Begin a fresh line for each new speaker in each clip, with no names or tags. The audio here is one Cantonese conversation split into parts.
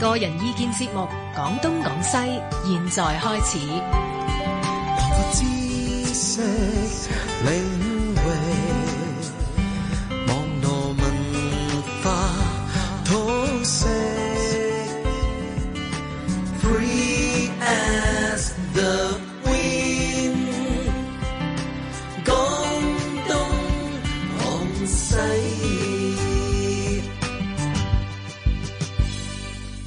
個人意見節目《講東講西》，現在開始。
知識領域，網絡文化通識，Free as the wind，講東講西。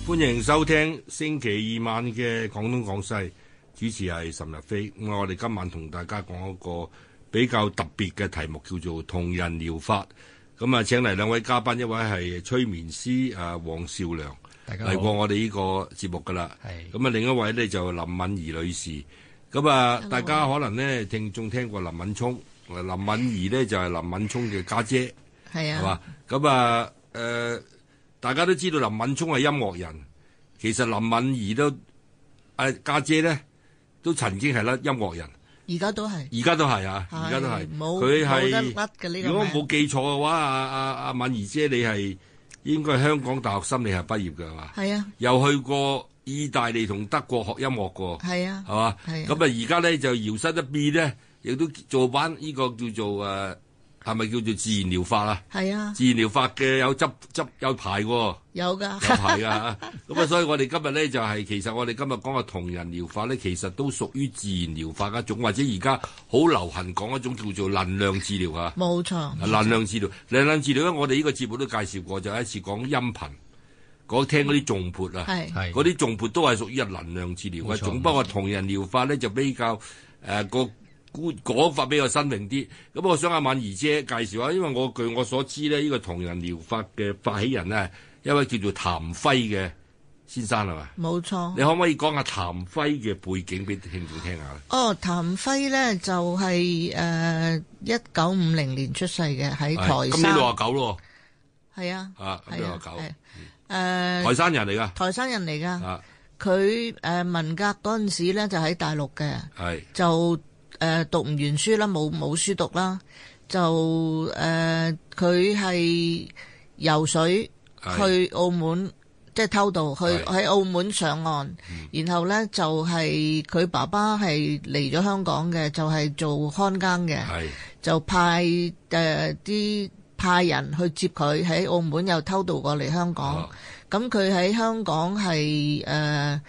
歡迎收聽星期二晚嘅廣東廣西，主持係岑日飛。咁啊我哋今晚同大家講一個比較特別嘅題目，叫做同人療法。咁啊，請嚟兩位嘉賓，一位係催眠師啊黃兆良
大家好
嚟過我哋呢個節目㗎啦。
係
咁啊，另一位呢就林敏儀女士。咁啊，大家可能呢聽眾聽過林敏聰，林敏儀呢就係林敏聰嘅家姐
係
係
啊，
嘛？咁啊，誒、大家都知道林敏聰係音樂人，其實林敏儀都誒家姐咧，都曾經係啦音樂人，
而家都係，
而家都係啊，
係
而家都係。
冇
佢
冇得甩嘅呢
係
個
如果我
名
冇記錯嘅話，阿阿阿敏儀姐你係應該係香港大學心理系畢業嘅係嘛？
係啊，
又去過意大利同德國學音樂過，
係啊，
係嘛？
係啊
咁啊，而家咧就搖身一變咧，亦都做翻呢個叫做誒係咪叫做自然療法啊？
係啊，
自然療法嘅有執執有牌喎，
有㗎，
有牌㗎嚇咁啊，所以我哋今日咧就係、其實我哋今日講嘅同人療法咧，其實都屬於自然療法嘅一種，或者而家好流行講一種叫做能量治療啊。
冇錯，
能量治療，能量治療咧，我哋呢個節目都介紹過，就有一次講音頻，講聽嗰啲重撥啊。
係
係
嗰啲重撥都係屬於係能量治療嘅，
冇錯
總不過同人療法咧就比較誒、呃、個觀講法比較新穎啲。咁我想阿敏儀姐介紹下，因為我據我所知咧，呢、個同人療法嘅發起人咧，一位叫做譚輝嘅先生係嘛？
冇錯
你。可唔可以講下譚輝嘅背景俾聽眾聽下咧？
哦，譚輝呢就係誒一九五零年出世嘅，喺
係
台
今年六
山
啊，九咯，
係啊，
啊，今
係
年六
啊
啊，九，
係
嗯台
誒
山人嚟㗎，
台山人嚟㗎，
啊，
佢誒文革嗰陣時咧就喺大陸嘅，
係
就誒讀唔完書啦，冇冇書讀啦，就誒佢係游水
係
去澳門，即係偷渡去
係
喺澳門上岸，然後呢，就係佢爸爸係嚟咗香港嘅，就係、做看更嘅，
係
就派誒啲、派人去接佢喺澳門又偷渡過嚟香港
哦，
咁佢喺香港係誒、呃、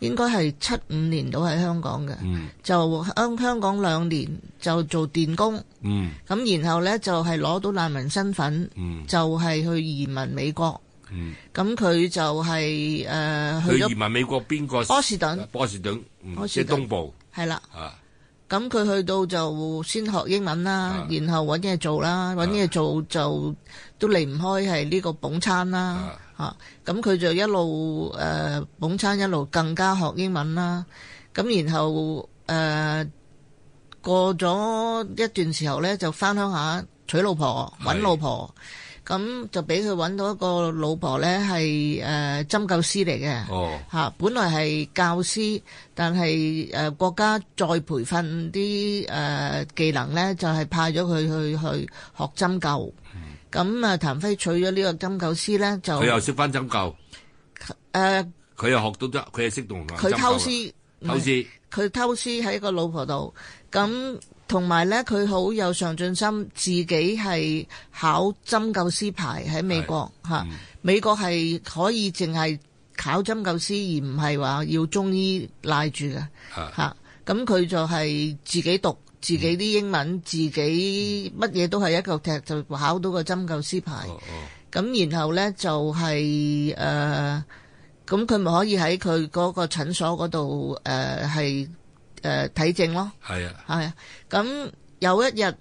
應該係七五年到喺香港嘅，
嗯
就香香港兩年就做電工，
嗯
咁然後呢，就係、攞到難民身份，
嗯
就係、去移民美國。
嗯，
咁佢就係、呃去
佢移
咗
民美國邊個？
波士頓，
波士頓，嗯
波
即
士
係
頓
東部
係啦。
啊，
咁佢去到就先學英文啦
啊，
然後揾嘢做啦，揾嘢做就都離唔開係呢個捧餐
啊
啦嚇。咁佢就一路誒捧餐，一路更加學英文啦。咁然後誒過咗一段時候呢，就翻鄉下娶老婆，揾
係
老婆。咁就俾佢揾到一個老婆呢，係誒針灸師嚟嘅。
哦。
嚇，本來係教師，但係誒、呃、國家再培訓啲誒、呃技能咧，就係、派咗佢去去學針灸。咁啊，譚輝娶咗呢個針灸師咧，就
嗯佢又識翻針灸，
誒
佢又學到得，佢又識同人針灸
佢
啦
偷師，唔
偷
係
師，
佢偷師喺個老婆度，咁同埋呢，佢好有上進心，自己係考針灸師牌喺美國嚇，
嗯
美國係可以淨係考針灸師，而唔係話要中醫賴住嘅
啊
嚇。咁佢就係自己讀。自己啲英文，自己乜嘢都係一腳踢就考到個針灸師牌。
哦哦，
咁然後咧就係、誒，咁、佢咪可以喺佢嗰個診所嗰度誒係誒睇症咯，
係啊，
係啊。咁有一日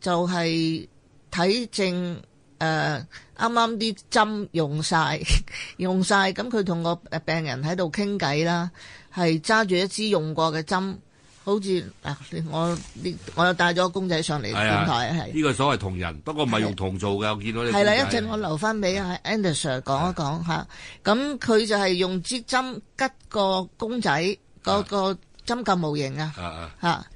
就係睇症誒，啱啱啲針用晒， 用晒。咁佢同個呃病人喺度傾偈啦，係揸住一支用過嘅針，好似嗱、我呢我又帶咗個公仔上嚟電
係啊
台係。
呢個所謂同人，不過唔係用銅做嘅，我見到你
係啦，一
公仔
陣我留翻俾阿 Andy Sir 講一講嚇。咁佢就係用支針吉個公仔嗰個針灸模型啊
啊啊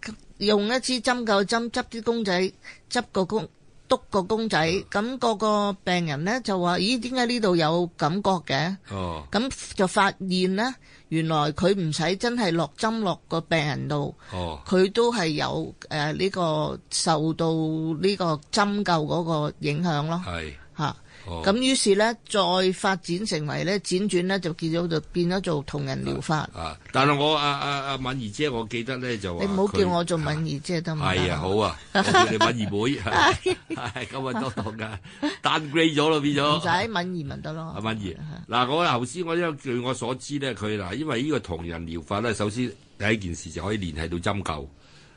嚇，用一支針灸針執啲公仔，執個公篤個公仔，
嗯
咁個個病人呢就話：咦，點解呢度有感覺嘅？
哦，
咁就發現呢，原來佢唔使真係落針落個病人度，
哦，
佢都係有呃誒呢、個受到呢個針灸嗰個影響咯
係，
嚇。
哦，
咁於是呢，再發展成為呢，輾轉呢，就叫做就變咗做同人療法。
啊，但係我阿阿阿敏儀姐，我記得咧就話
你唔好
哦
叫
佢
我做敏儀姐得唔得？
係啊，好啊，我叫你敏儀妹，係 係今日多堂噶，downgrade 咗咯，變
唔
咗。
使啊敏儀咪得咯。
阿敏儀，嗱我頭先我因為據我所知咧，佢嗱因為呢個同人療法咧，首先第一件事就可以聯繫到針灸，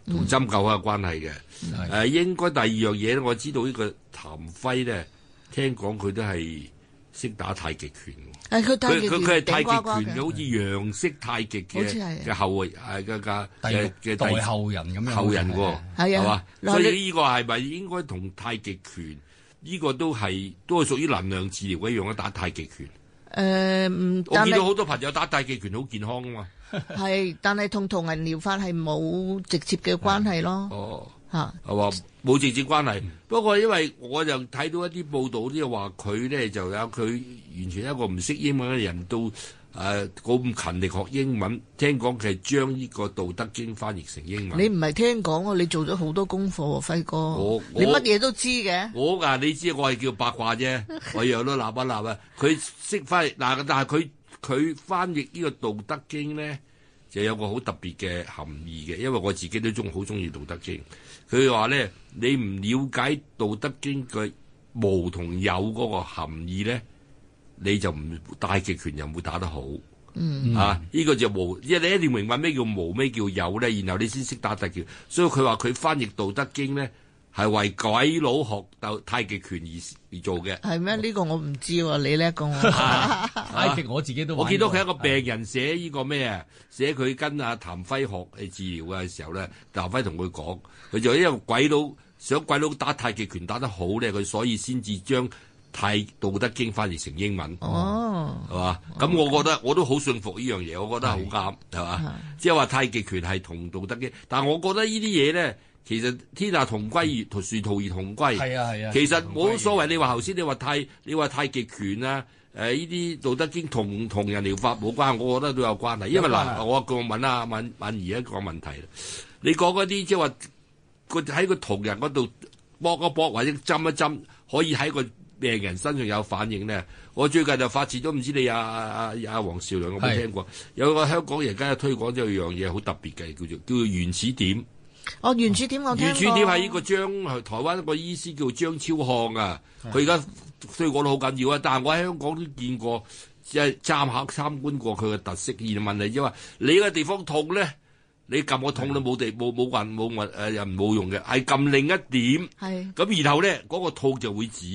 嗯
同針灸係有關係嘅。誒、應該第二樣嘢咧，我知道呢個譚輝咧，聽講佢都係識打太極拳喎。
誒佢太
佢
極
佢佢係
頂
太極
呱呱嘅
拳嘅，好似楊式太極
好似係
嘅嘅後衞係嘅嘅嘅
第
嘅
代
第
後人咁樣
後人喎，
係
係
啊
嘛？
嗱
所
你
以呢個係咪應該同太極拳呢個都係都係屬於能量治療一樣啊？打太極拳，
誒唔，
我
但
見到
係
好多朋友打太極拳好健康啊嘛。
係，但係同同人療法係冇直接嘅關係咯，
哦，
嚇
係嘛？冇直接關係。不過因為我就睇到一啲報道咧，話佢咧就有佢完全一個唔識英文嘅人都誒咁勤力學英文，聽講佢係將呢個《道德經》翻譯成英文。
你唔係聽講喎，你做咗好多功課喎，輝
我
哥，你乜嘢都知嘅，
我啊，你知我係叫八卦啫，我樣都立一立啊。佢識翻譯嗱，但係佢佢翻譯呢個《道德經》咧，就有個好特別嘅含義嘅，因為我自己都中好中意《道德經》。佢話咧，你唔了解《道德經》嘅無同有嗰個含義咧，你就唔太極拳又唔會打得好。嗯啊，呢、個就無，因為你一定要明白咩叫無，咩叫有咧，然後你先識打太極拳。所以佢話佢翻譯《道德經》咧，係為鬼佬學鬥太極拳而而做嘅。
係咩？呢個我唔知喎，你叻 過我，
太極我自己都玩過
我見到佢一個病人寫呢個咩啊，寫佢跟阿譚輝學誒治療嘅時候咧，譚輝同佢講，佢就因為鬼佬想鬼佬打太極拳打得好咧，佢所以先至將太《道德經》翻譯成英文。
哦，
係嘛？咁我覺得我都好信服呢樣嘢，我覺得好啱，係
啊
嘛？即係話太極拳係同道德嘅，但係我覺得呢啲嘢咧，其實天下同歸而殊途而同歸。
嗯係啊係啊，
其實冇所謂。你話頭先你話太你話太極拳啊，誒呢啲道德經同同人療法冇關，我覺得都有關係。因為
有關啊
嗱，我個問啊敏敏儀一個問題啦，你講嗰啲即係話個喺個同人嗰度搏一搏或者針一針，可以喺個病人身上有反應咧。我最近就發現咗，唔知你啊阿阿阿黃少良有冇
係
聽過？有個香港人家推廣咗一樣嘢好特別嘅，叫做叫做原始點。
我哦原始點我聽
原
過，
主點係呢個張台灣一個醫師叫張超漢啊，佢而家推廣得好緊要啊！但係我喺香港都見過，即係參考參觀過佢嘅特色。而問題即係話，你個地方痛咧，你撳我痛都冇地冇冇運冇運誒又冇用嘅，係撳另一點
係
咁，然後咧嗰、個痛就會止。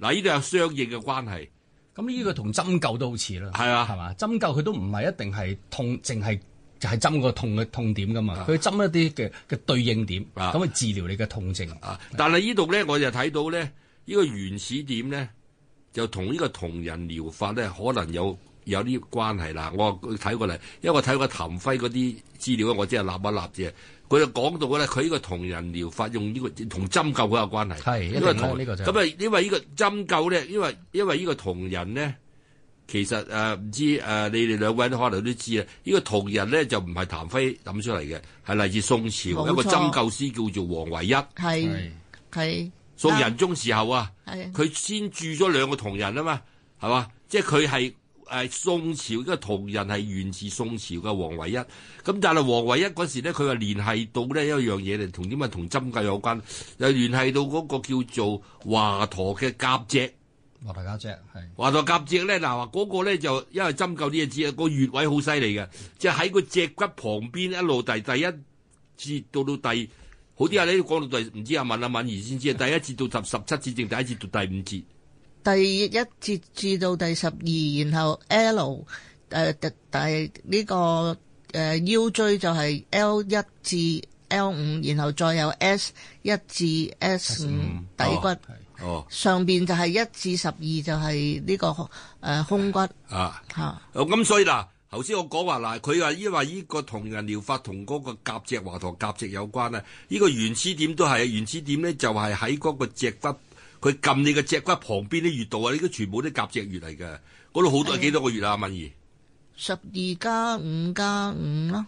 嗱，呢度有相應嘅關係，
咁呢個同針灸都好似啦，
係啊
係嘛？針灸佢都唔係一定係痛，淨係就係針個痛嘅痛點噶嘛，佢針一啲嘅嘅對應點，
啊
咁去治療你嘅痛症。
啊！但係呢度咧，我就睇到咧，呢、個原始點咧，就同呢個同人療法咧，可能有有啲關係啦。我睇過嚟，因為我睇過譚輝嗰啲資料，我只係立一立啫。佢就講到咧，佢呢個同人療法用呢、個同針灸好有關係。
係一定
因為
啦
同
呢個就
咁啊，因為呢個針灸咧，因為因為呢個同人咧。其實誒唔、知誒、呃你哋兩位都可能都知啊，呢、個同人咧就唔係譚輝諗出嚟嘅，係嚟自宋朝
冇
一個
錯
針灸師叫做黃唯一。
係係
宋仁宗時候啊，
係
佢先鑄咗兩個銅人啊嘛，係嘛？即係佢係誒宋朝呢個銅人係源自宋朝嘅王唯一。咁但係王唯一嗰時咧，佢話聯繫到呢一樣嘢嚟，同點啊同針灸有關，又聯繫到嗰個叫做華佗嘅夾脊。
我大家姐係
華佗夾脊咧，嗱話嗰個咧就因為針灸呢嘢知啊，個穴位好犀利嘅，即係喺個脊骨旁邊一路第第一節到到第，好啲啊！你講到第唔知阿敏阿敏儀先知啊，第一節到十十七節定第一節到第五節，
第一節至到第十二，然後 L 誒第第呢個誒腰椎就係 L 一至 L 五，然後再有 S 一至 S 五底骨。
哦哦
上邊就係一至十二就係呢、個誒、呃胸骨
啊！
嚇，
哦咁所以嗱，頭先我講話嗱，佢話因為呢個同人療法同嗰個啊夾脊華佗夾脊有關啊，呢、個原始點都係原始點咧，就係喺嗰個脊骨佢撳你個脊骨旁邊啲穴道啊，呢啲全部都夾脊穴嚟嘅。嗰度好多幾多個穴啊，敏儀，
十二加五加五咯，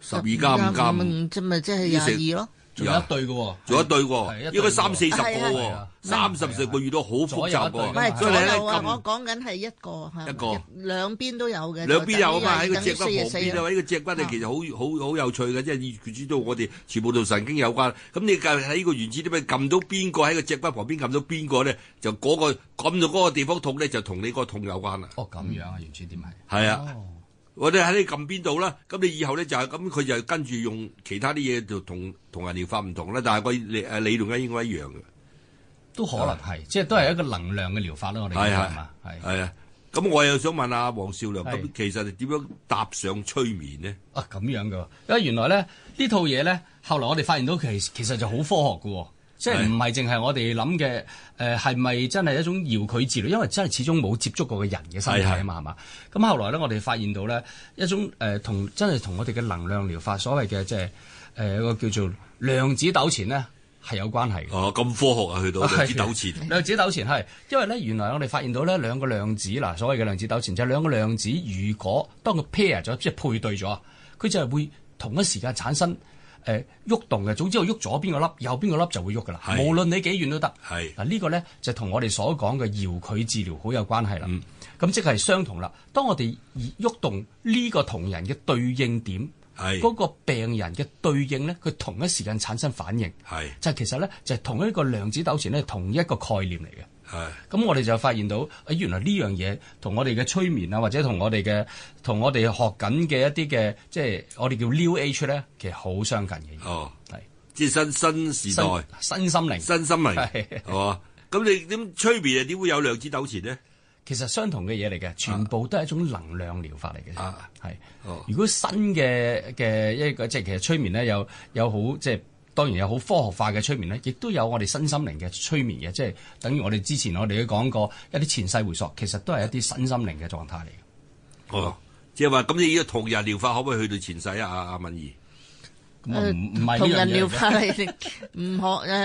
十二加五加五，
五，即咪即係廿二咯。
仲有一對嘅喎，
仲有一對
係一
喎，
對
應該三
喎
四十個
係
喎
啊，
三十四個穴都好複雜
左右一
唔
對
喎，所
係左
以你咧
右啊！
撳
我講緊係一個嚇，
一個
兩邊都有嘅，
兩邊有啊嘛，喺
就
個
等
脊骨旁
於廿等於
邊啊，
44
喺個脊骨你
啊
其實好好好有趣嘅，即係以佢知道我哋全部同神經有關。咁你計喺個原子點樣撳到邊個喺個脊骨旁邊撳到邊個咧，就嗰個撳到嗰個地方痛咧，就同你個痛有關啦。
哦咁樣啊，完全點係？
係啊。
哦，
我哋喺你撳邊度啦，咁你以後咧就係咁，佢就跟住用其他啲嘢就同同人療法唔同啦，但係個理誒理論咧應該一樣嘅，
都可能係，即係都係一個能量嘅療法啦，我
係
哋叫
係
係嘛？係
係啊。咁我又想問下黃少良，咁
係
其實點樣搭上催眠呢？
啊咁樣嘅喎，因為原來咧呢套嘢咧，後來我哋發現到其其實就好科學嘅喎。即係
係
唔係淨係我哋諗嘅？誒係咪真係一種遙距治療？因為真係始終冇接觸過嘅人嘅身體啊嘛，係嘛？咁後來咧，我哋發現到咧一種誒同、真係同我哋嘅能量療法所謂嘅即係誒一個叫做量子糾纏咧係有關係嘅。
哦，咁科學啊，去 到
係
兩支糾纏，
量子糾纏係，因為咧原來我哋發現到咧兩個量子嗱，所謂嘅量子糾纏就係兩個量子，如果當佢 pair 咗，即係配對咗，佢就係會同一時間產生誒喐動嘅。總之我喐左邊個粒，右邊個粒就會喐噶啦，
係
無論你幾遠都得。
係
嗱呢個咧就同我哋所講嘅遙距治療好有關係啦。咁即係相同啦。當我哋喐動呢個同人嘅對應點，
係
嗰個病人嘅對應咧，佢同一時間產生反應。
係
就係其實咧，就係同一個量子糾纏咧，同一個概念嚟嘅。
係
咁我哋就發現到，哎原來呢樣嘢同我哋嘅催眠啊，或者同我哋嘅同我哋學緊嘅一啲嘅，即係我哋叫 New Age 咧，其實好相近嘅。
哦，
係
即係新新時代
新新心靈，
新心靈
係
係嘛？咁你點催眠啊？點會有量子糾纏呢？
其實相同嘅嘢
啊
嚟嘅，全部都係一種能量療法嚟嘅。
啊
係
哦，
如果新嘅嘅一個即係其實催眠咧，有有好即係。當然有好科學化嘅催眠咧，亦都有我哋身心靈嘅催眠嘅，即係等於我哋之前我哋都講過一啲前世回溯，其實都係一啲身心靈嘅狀態嚟嘅。
哦，即係話咁你呢個同人療法可唔可以去到前世啊？阿阿敏儀，
咁啊唔唔係
同
呢樣
人
嘢
療
嚟嘅
法嚟，唔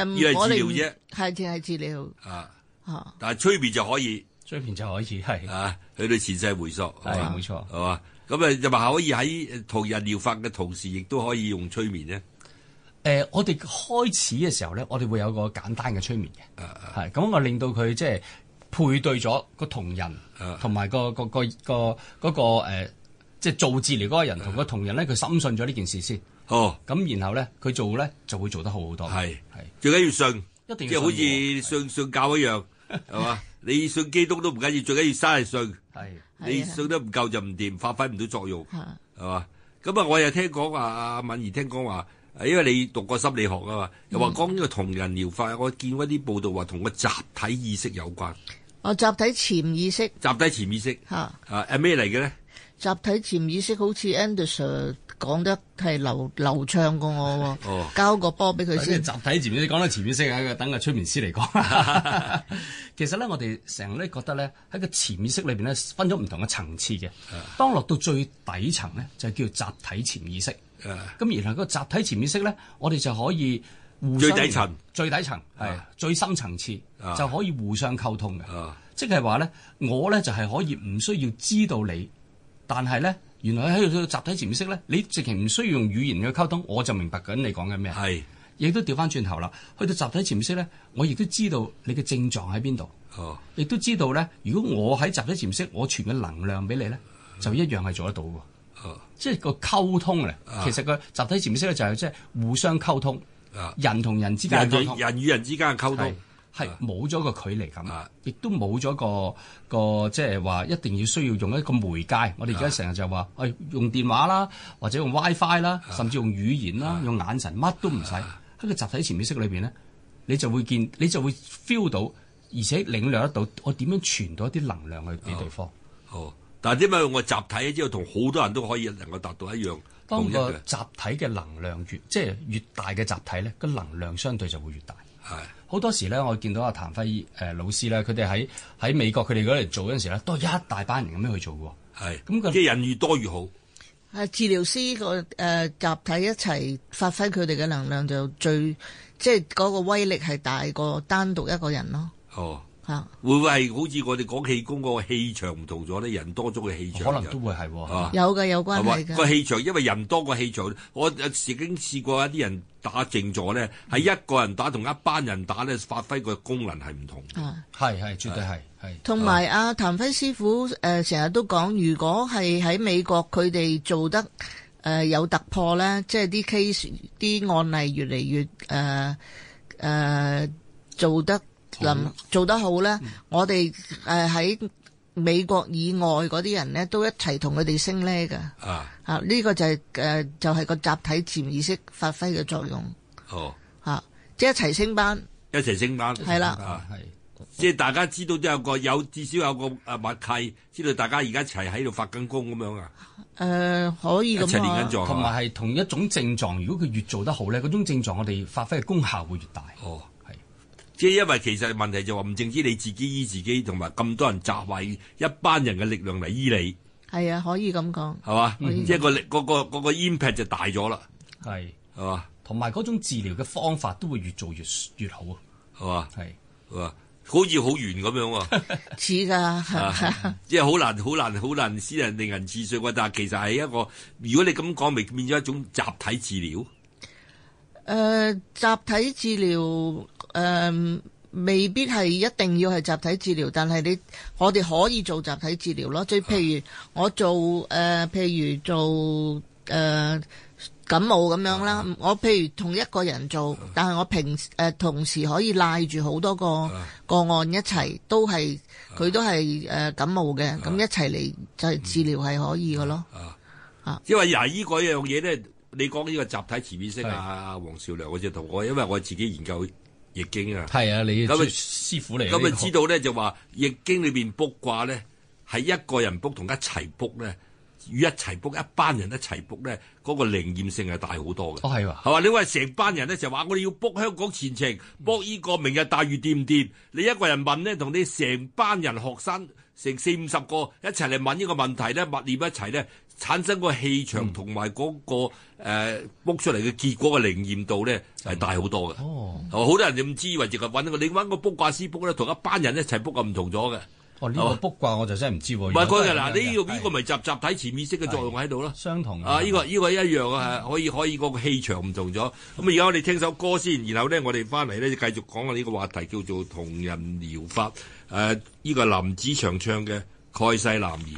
可
以為
誒，我哋
治療啫
係淨係治療
啊，
嚇。
但係催眠就可以。
追片就可以係
啊，去到前世回溯，
係
係
啊
嘛
冇錯
係嘛？咁啊，就咪可以喺同人療法嘅同時，亦都可以用催眠咧。
誒，呃我哋開始嘅時候咧，我哋會有個簡單嘅催眠嘅，係咁我令到佢即係配對咗個同人
啊
同埋個個個個嗰個誒，即係做治療嗰個人同個同人咧，佢深信咗呢件事先，
哦，
咁然後咧佢做咧就會做得好好多，
係
係
最緊要信，
一定
即係
要
好
信
似信信教一 樣，係嘛？你信基督都唔緊要，最緊要生係信。
係
係
啊
你信得唔夠就唔掂，發揮唔到作用，
嚇
係嘛？咁啊，我又聽講話阿敏儀聽講話，因為你讀過心理學啊嘛，又
嗯
話講呢個同人療法，我見過啲報道話同個集體意識有關，集
我哦集體潛意識
體潛意識
嚇，
啊係咩嚟嘅咧？
集體潛意識好似 Anderson 講得係流流暢過我
哦
喎，交個波俾佢
即
先。
係集體潛意識，講到潛意識係一個等個催眠師嚟講。 其實咧，我哋成日咧覺得咧喺個潛意識裏邊咧分咗唔同嘅層次嘅。當落到最底層咧，就叫集體潛意識。
誒
咁然後個集體潛意識咧，我哋就可以互
最
相
底層、
最底層係最深層次
啊
就可以互相溝通嘅。
啊！
即係話咧，我咧就係可以唔需要知道你，但係咧原來喺度集體潛意識咧，你直情唔需要用語言去溝通，我就明白緊你講緊咩。
係
亦都調翻轉頭啦，去到集體潛意識咧，我亦都知道你嘅症狀喺邊度，
哦，
亦都知道咧，如果我喺集體潛意識，我傳嘅能量俾你咧，就一樣係做得到嘅。
哦
即係個溝通咧，其實個集體潛意識咧就係即係互相溝通，
啊，
人同人之間
人
嘅溝
與
通
人與人之間嘅溝
係
通，
係冇咗個距離感
啊，
亦都冇咗個個即係話一定要需要用一個媒介。我哋而家成日就話，誒用電話啦，或者用 WiFi 啦，甚至用語言啦，用眼神，乜都唔使。喺個集體潛意識裏邊咧，你就會見，你就會 feel 到，而且領略得到我點樣傳到一啲能量去俾對方。
哦，但係點解我集體之後同好多人都可以能夠達到一樣
當
同一
個
嘅
集體嘅能量越即係越大嘅集體咧，個能量相對就會越大。
係
好多時咧，我見到阿譚輝誒、呃老師咧，佢哋喺喺美國佢哋嗰度做嗰陣時咧，都係一大班人咁樣去做嘅喎。
係
咁個
即係人越多越好，
係治療師個誒、呃集體一齊發揮佢哋嘅能量就最即係嗰個威力係大過單獨一個人咯
哦，
嚇。
會唔會係好似我哋講氣功嗰個氣場唔同咗咧？人多咗嘅氣場
可能都會係喎。
啊
有嘅有關係
係嘛？個
嘅，
氣場，因為人多過氣場。我有時經試過一啲人打靜坐咧，係一個人打同一班人打咧，發揮個功能係唔同。
啊，
係係絕對係係。
同埋
啊
阿譚輝師傅誒成日都講，如果係喺美國佢哋做得誒、呃有突破咧，即係啲 case 啲案例越嚟越誒誒、呃做得能做得好咧，
嗯
我哋誒喺美國以外嗰啲人咧都一齊同佢哋升呢㗎。
啊，
啊！呢、個就係、誒、就係、個集體潛意識發揮嘅作用
哦，
啊！即係一齊升班，
一齊升班。
係啦
啊
係
即係大家知道都有個有至少有個啊默契，知道大家而家一齊喺度發緊功咁樣啊，
誒、呃可以
一齊
咁
練緊
講。
坐。
同埋係同一種症狀，如果佢越做得好咧，嗰種症狀我哋發揮嘅功效會越大。
哦，
係
即係因為其實問題就話唔淨止你自己醫自己，同埋咁多人集為一班人嘅力量嚟醫你，
係啊，可以咁講。
係嘛？
嗯
即係個力嗰、個嗰、個 impact 就大咗啦，
係，
係嘛？
同埋嗰種治療嘅方法都會越做越越好啊。
係嘛？
係
係嘛？好似好圓咁樣喎。
似㗎，
啊即係好難、好難、好難私人令人治水喎。但係其實係一個，如果你咁講，咪變咗一種集體治療。
誒呃集體治療誒、呃未必係一定要係集體治療，但係你我哋可以做集體治療咯。即係譬如我做誒、譬如做誒、感冒咁樣啦，我譬如同一個人做，但係我平誒、同時可以賴住好多個個案一齊，都係佢都係誒、呃感冒嘅，咁一齊嚟就係治療係可以嘅咯。
因為牙醫嗰樣嘢咧，你講呢個集體潛意識啊，黃少良我就同我，因為我自己研究易經啊，
係啊，你
咁啊
師傅嚟嘅呢個，
咁啊知道咧就話易經裏邊卜卦咧，係一個人卜同一齊卜咧，與一齊卜一班人一齊卜咧，嗰、個靈驗性係大好多嘅。
哦係喎，
係嘛？你話成班人咧就話我哋要 book 香港前程，book 呢個明日大嶼掂唔掂？你一個人問咧，同你成班人學生成四五十個一齊嚟問呢個問題咧，默念一齊咧，產生個氣
嗯
場同埋嗰個誒 book、出嚟嘅結果嘅靈驗度咧
嗯
係大好多嘅。
哦
係嘛好多人就唔知，以為淨係揾個你揾個 book 掛師 book 咧，同一班人一齊 book 啊唔同咗嘅。
哦呢個卜卦我就真係唔知喎。
唔
唔
係佢嘅嗱，呢個呢個咪集集體潛意識嘅作用喺度咯。
相同嘅
啊！呢、個呢、個一樣啊，可以可以個氣場唔同咗。咁而家我哋聽首歌先，然後咧我哋翻嚟咧就繼續講我呢個話題，叫做同人療法。誒、呢、個林子祥唱嘅《蓋世男兒》。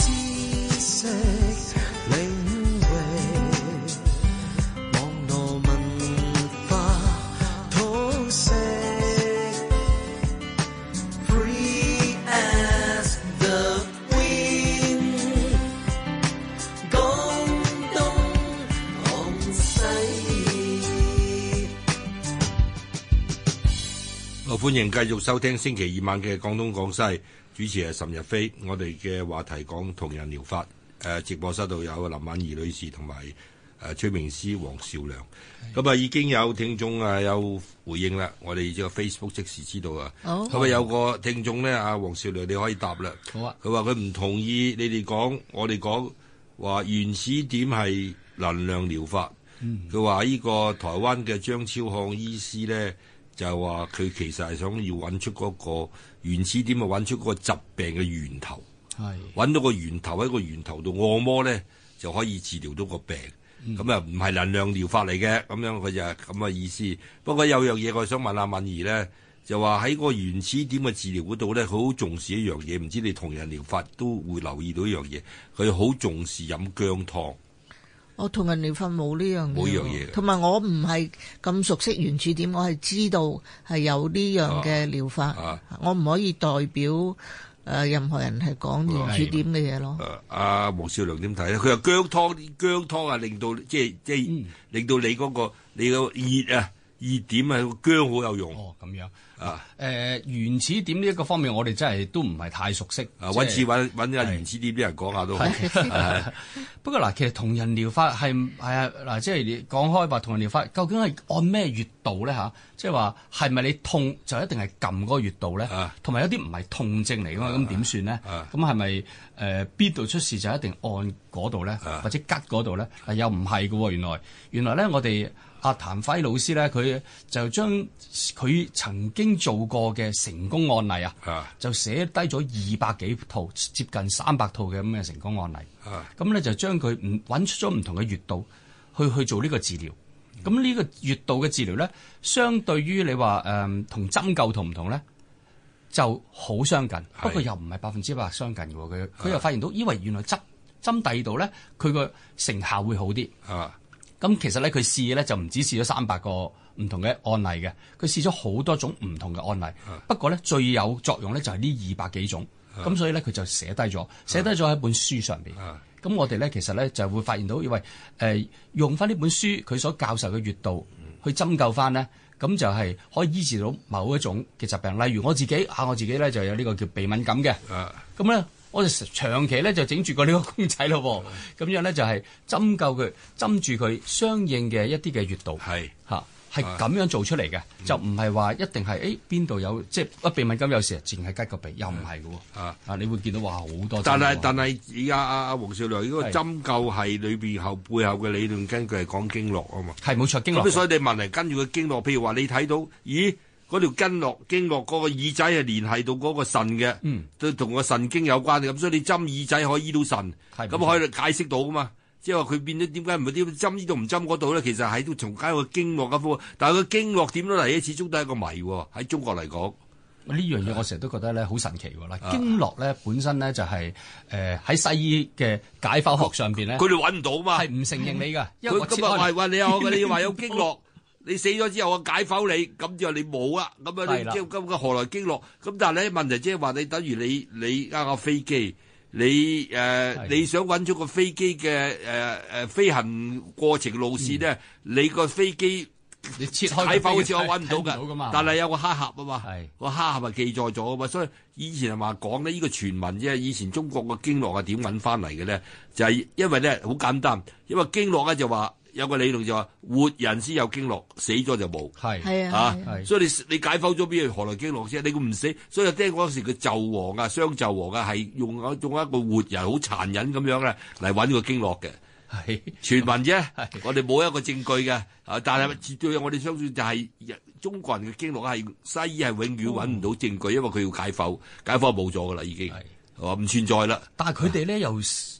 知識領域，網絡文化通識，Free as the wind，廣東廣西。
好，歡迎繼續收聽星期二晚嘅廣東廣西，主持係岑日飛。我哋嘅話題講同人療法。誒、直播室度有林敏儀女士同埋呃誒催眠師黃少良。咁啊，已經有聽眾啊有回應啦。我哋呢個 Facebook 即時知道啊。
好
咁啊，有個聽眾咧，阿黃少良你可以答啦。
好啊
佢話佢唔同意你哋講，我哋講話原始點係能量療法。嗯佢話呢個台灣嘅張超漢醫師咧，就話佢其實係想要揾出嗰、個原始點啊，揾出嗰個疾病嘅源頭，
係
揾到個源頭喺個源頭度按摩咧，就可以治療到個病。咁啊，唔係能量療法嚟嘅，咁樣佢就係咁嘅啊意思。不過有樣嘢我想問下敏儀咧，就話喺個原始點嘅治療嗰度咧，佢好重視一樣嘢，唔知你同人療法都會留意到一樣嘢，佢好重視飲姜湯。
我同人哋瞓冇呢樣嘢喎，
冇呢樣嘢嘅
同埋我唔係咁熟悉原始點，我係知道係有呢樣嘅療法，
啊
我唔可以代表誒、呃任何人係講原始點嘅嘢咯。
誒阿啊黃少良點睇咧？佢話
嗯
姜湯，姜湯啊，令到即係即係令到你嗰、個你個熱啊熱點啊，個薑好有用
哦，咁樣。
啊！
誒、原始點呢一個方面，我哋真係都唔係太熟悉。
啊，
即
揾
係
次揾揾阿原始啲啲人講下都好。啊係
不過嗱，其實同人療法係係啊嗱，即係你講開話同人療法，究竟係按咩穴道咧吓，即係話係咪你痛就一定係撳嗰個穴道咧
啊？
同埋有啲唔係痛症嚟噶嘛，咁點算咧
啊？
咁係咪誒邊度出事就一定按嗰度咧，
啊
或者吉嗰度咧？嗱，又唔係嘅喎，原來原來咧，我哋阿譚輝老師咧，佢就將佢曾經做過嘅成功案例啊。
啊
就寫低咗二百幾套，接近三百套嘅咁嘅成功案例。
啊
咁咧就將佢唔揾出咗唔同嘅穴道去去做呢個治療。咁呢個穴道嘅治療咧，相對於你話誒同針灸同唔同咧，就好相近，不過又唔係百分之百相近嘅喎。佢
啊
佢又發現到，因為原來針針第二度咧，佢個成效會好啲。
啊
咁其實咧，佢試咧就唔止試咗三百個唔同嘅案例嘅，佢試咗好多種唔同嘅案例。不過咧，最有作用咧就係呢二百幾種。咁所以咧，佢就寫低咗，寫低咗喺本書上邊。
啊
咁我哋咧，其實咧就會發現到，因為誒、呃用翻呢本書佢所教授嘅穴道去針灸翻咧，咁就係可以醫治到某一種嘅疾病。例如我自己啊，我自己咧就有呢個叫鼻敏感嘅。
啊
咁咧，我哋長期咧就整住個呢個公仔咯
嗯
喎，咁樣咧就係針灸佢，針住佢相應嘅一啲嘅穴道
係啊嗯
嚇，係咁樣做出嚟嘅，就唔係話一定係誒邊度有即係一鼻敏感有時淨係吉個鼻，又唔係嘅喎
啊！
啊，你會見到哇好多針喎，
但係但係而家阿阿黃少良呢個
係
針灸係裏邊後背後嘅理論根據係講經絡啊嘛。
係冇錯，經
咁
絡
所以你問嚟跟住個經絡，譬如話你睇到，咦嗰條經絡經絡嗰個耳仔係聯繫到嗰個腎嘅，
嗯
都同個腎經有關嘅，咁所以你針耳仔可以醫到腎，
係
咁可以解釋到噶嘛？即係話佢變咗點解唔係點針呢度唔針嗰度咧？其實喺度從解個經絡嘅科，但係個經絡點都嚟咧，始終都係一個謎喎。喺中國嚟講，
呢樣
啊
嘢我成日都覺得咧好神奇喎嗱，經絡咧本身咧就係誒喺西醫嘅解剖學上邊咧
佢哋揾唔到嘛。
係唔承認你㗎，因為我
佢
切
今日話
開
話你 有你話有經絡，你死咗之後我解剖你，咁就你冇啦。咁啊，
係
你
啦
即係咁嘅何來經絡？咁但係咧問題即係話你等於你你呃個飛機，你誒、呃
係
你想揾出個飛機嘅誒誒飛行過程路線咧，你個飛機
你切開個
解剖好似
鼻
我揾唔到
睇㗎嘛
㗎，但係有個黑盒啊嘛
係，
個黑盒係記載咗啊嘛，所以以前係話講呢，呢個傳聞啫。以前中國個經絡係點揾翻嚟嘅咧？就係因為咧好簡單，因為經絡咧就話有個理論就話活人先有經絡，死咗就冇
係
係啊
啊，
係啊，
係
所以你你解剖咗邊何來經絡啫？你唔死，所以我聽嗰時佢紂王啊、商紂王啊，係用一用一個活人好殘忍咁樣咧嚟揾個經絡嘅。
係。
傳聞啫
係，
我哋冇一個證據嘅，啊！但係絕對我哋相信就係人中國人嘅經絡啊係西醫係永遠揾唔到證據，因為佢要解剖，解剖冇咗噶啦已經
係，
話唔存在啦。
但係佢哋咧又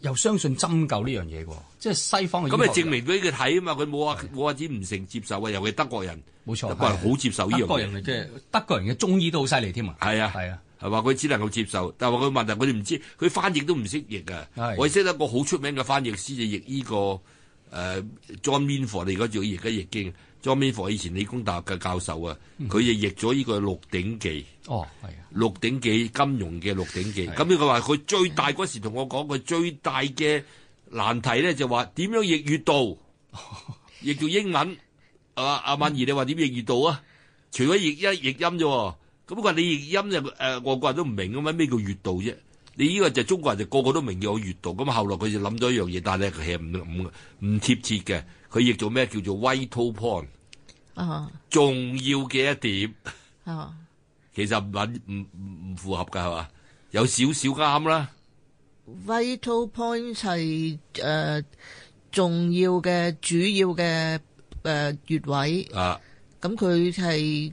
又相信針灸呢樣嘢嘅喎，即係西方嘅
咁咪
醫學
證明俾佢睇啊嘛，佢冇話冇話只唔成接受啊，尤其德國人，
冇錯
德國人
係啊
好接受呢樣
德國
嘢，
人嘅德國人嘅中醫都好犀利添啊！
係啊，
係啊，
係話佢只能夠接受，但係話佢問題佢哋唔知，佢翻譯都唔識譯啊
係。
我識得一個好出名嘅翻譯師就譯呢、個誒、呃 John Minford，你而家仲譯緊譯經。John Minford 以前理工大學嘅教授啊，佢就譯咗呢個《鹿鼎記》。
哦，係啊，
《鹿鼎記》金融嘅《鹿鼎記》，咁呢佢話佢最大嗰時同我講，佢最大嘅難題咧就話點樣譯粵道，譯做英文。啊阿敏儀，你話點譯粵道啊？除咗譯一譯音啫喎，咁佢話你譯音就誒、呃外國人都唔明咁嘛，咩叫粵道啫？你呢個就中國人就個個都明叫我粵道，咁後來佢就諗咗一樣嘢，但係佢係唔唔唔貼切嘅，佢譯做咩叫做 vital point，
啊
重要嘅一點。
啊，
其實唔撚唔唔唔符合㗎係嘛？有少少啱啦，
vital point 係誒、呃重要嘅主要嘅誒穴位，
啊
咁佢係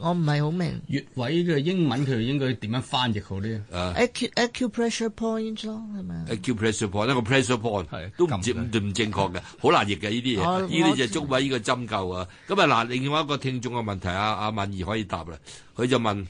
我唔係好明
穴位嘅英文佢應該點樣翻譯好呢？
啊
acu acupressure point 咯，係咪啊？
叫 pressure point 一個 pressure point
係
都唔
撳
正唔正確嘅，好難譯嘅呢啲嘢。
我
呢啲
我
就係中文呢個針灸啊。咁啊嗱，另外一個聽眾嘅問題，阿阿敏儀可以答啦。佢就問誒、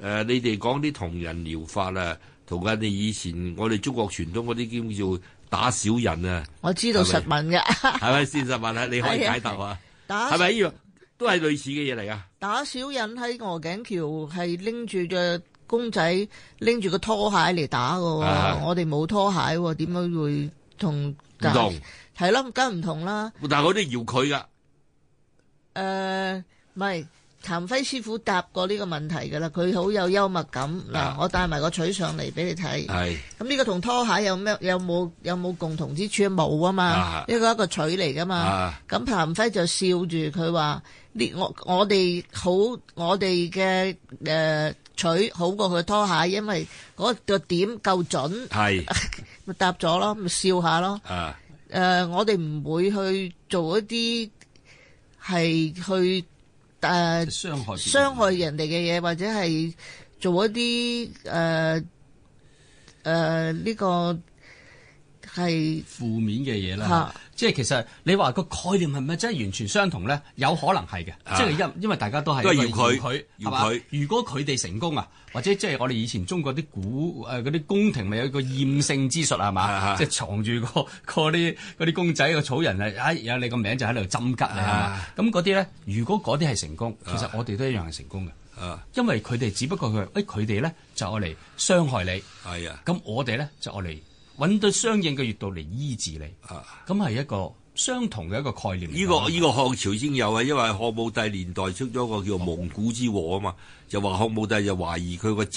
呃你哋講啲同人療法啊，同緊你以前我哋中國傳統嗰啲叫做打小人啊，
我知道實文嘅，
係咪先實問啊？你可以
係啊
解答啊，
打
係咪呢樣都係類似嘅嘢嚟㗎？
打小人喺鵝頸橋係拎住隻公仔，拎住個拖鞋嚟打嘅喎。
啊
我哋冇拖鞋喎，點解會同
唔同，
係咯，梗係唔同啦。
但係嗰啲搖佢㗎。
誒唔係譚輝師傅答過呢個問題㗎啦，佢好有幽默感。嗱
啊，
我帶埋個取上嚟俾你睇。
係
咁呢個同拖鞋有咩有冇有冇共同之處？冇啊嘛
啊，
呢個一個取嚟噶嘛
啊。
咁彭輝就笑住佢話：呢我我哋好，我哋嘅誒取好過佢拖鞋，因為嗰個點夠準，
係
咪答咗咯，咪笑下咯。
啊
誒、我哋唔會去做一啲係去誒、呃、
傷害別人
傷害人哋嘅嘢，或者係做一啲誒誒呢個係
負面嘅嘢啦
嚇，
即係其實你話個概念係咪真係完全相同咧？有可能係嘅，
啊
即係因因為大家都係
都係要
因
佢
為佢
要
係嘛
佢
如果佢哋成功啊，或者即係我哋以前中國啲古誒嗰啲宮廷咪有個厭勝之術係
啊
嘛，
啊
即係藏住個 嗰啲嗰啲公仔個草人啊，哎有你個名就喺度針吉你係嘛
啊？
咁嗰啲咧，如果嗰啲係成功，其實我哋都一樣係成功嘅，
啊
因為佢哋只不過佢誒佢哋咧就愛嚟傷害你。
係啊
咁我哋咧就我嚟揾到相應嘅穴道嚟醫治你，
啊！
咁係一個相同嘅一個概念嚟㗎。
呢、個呢、個漢朝先有啊，因為漢武帝年代出咗個叫蒙古之禍啊嘛，就話漢武帝就懷疑佢個仔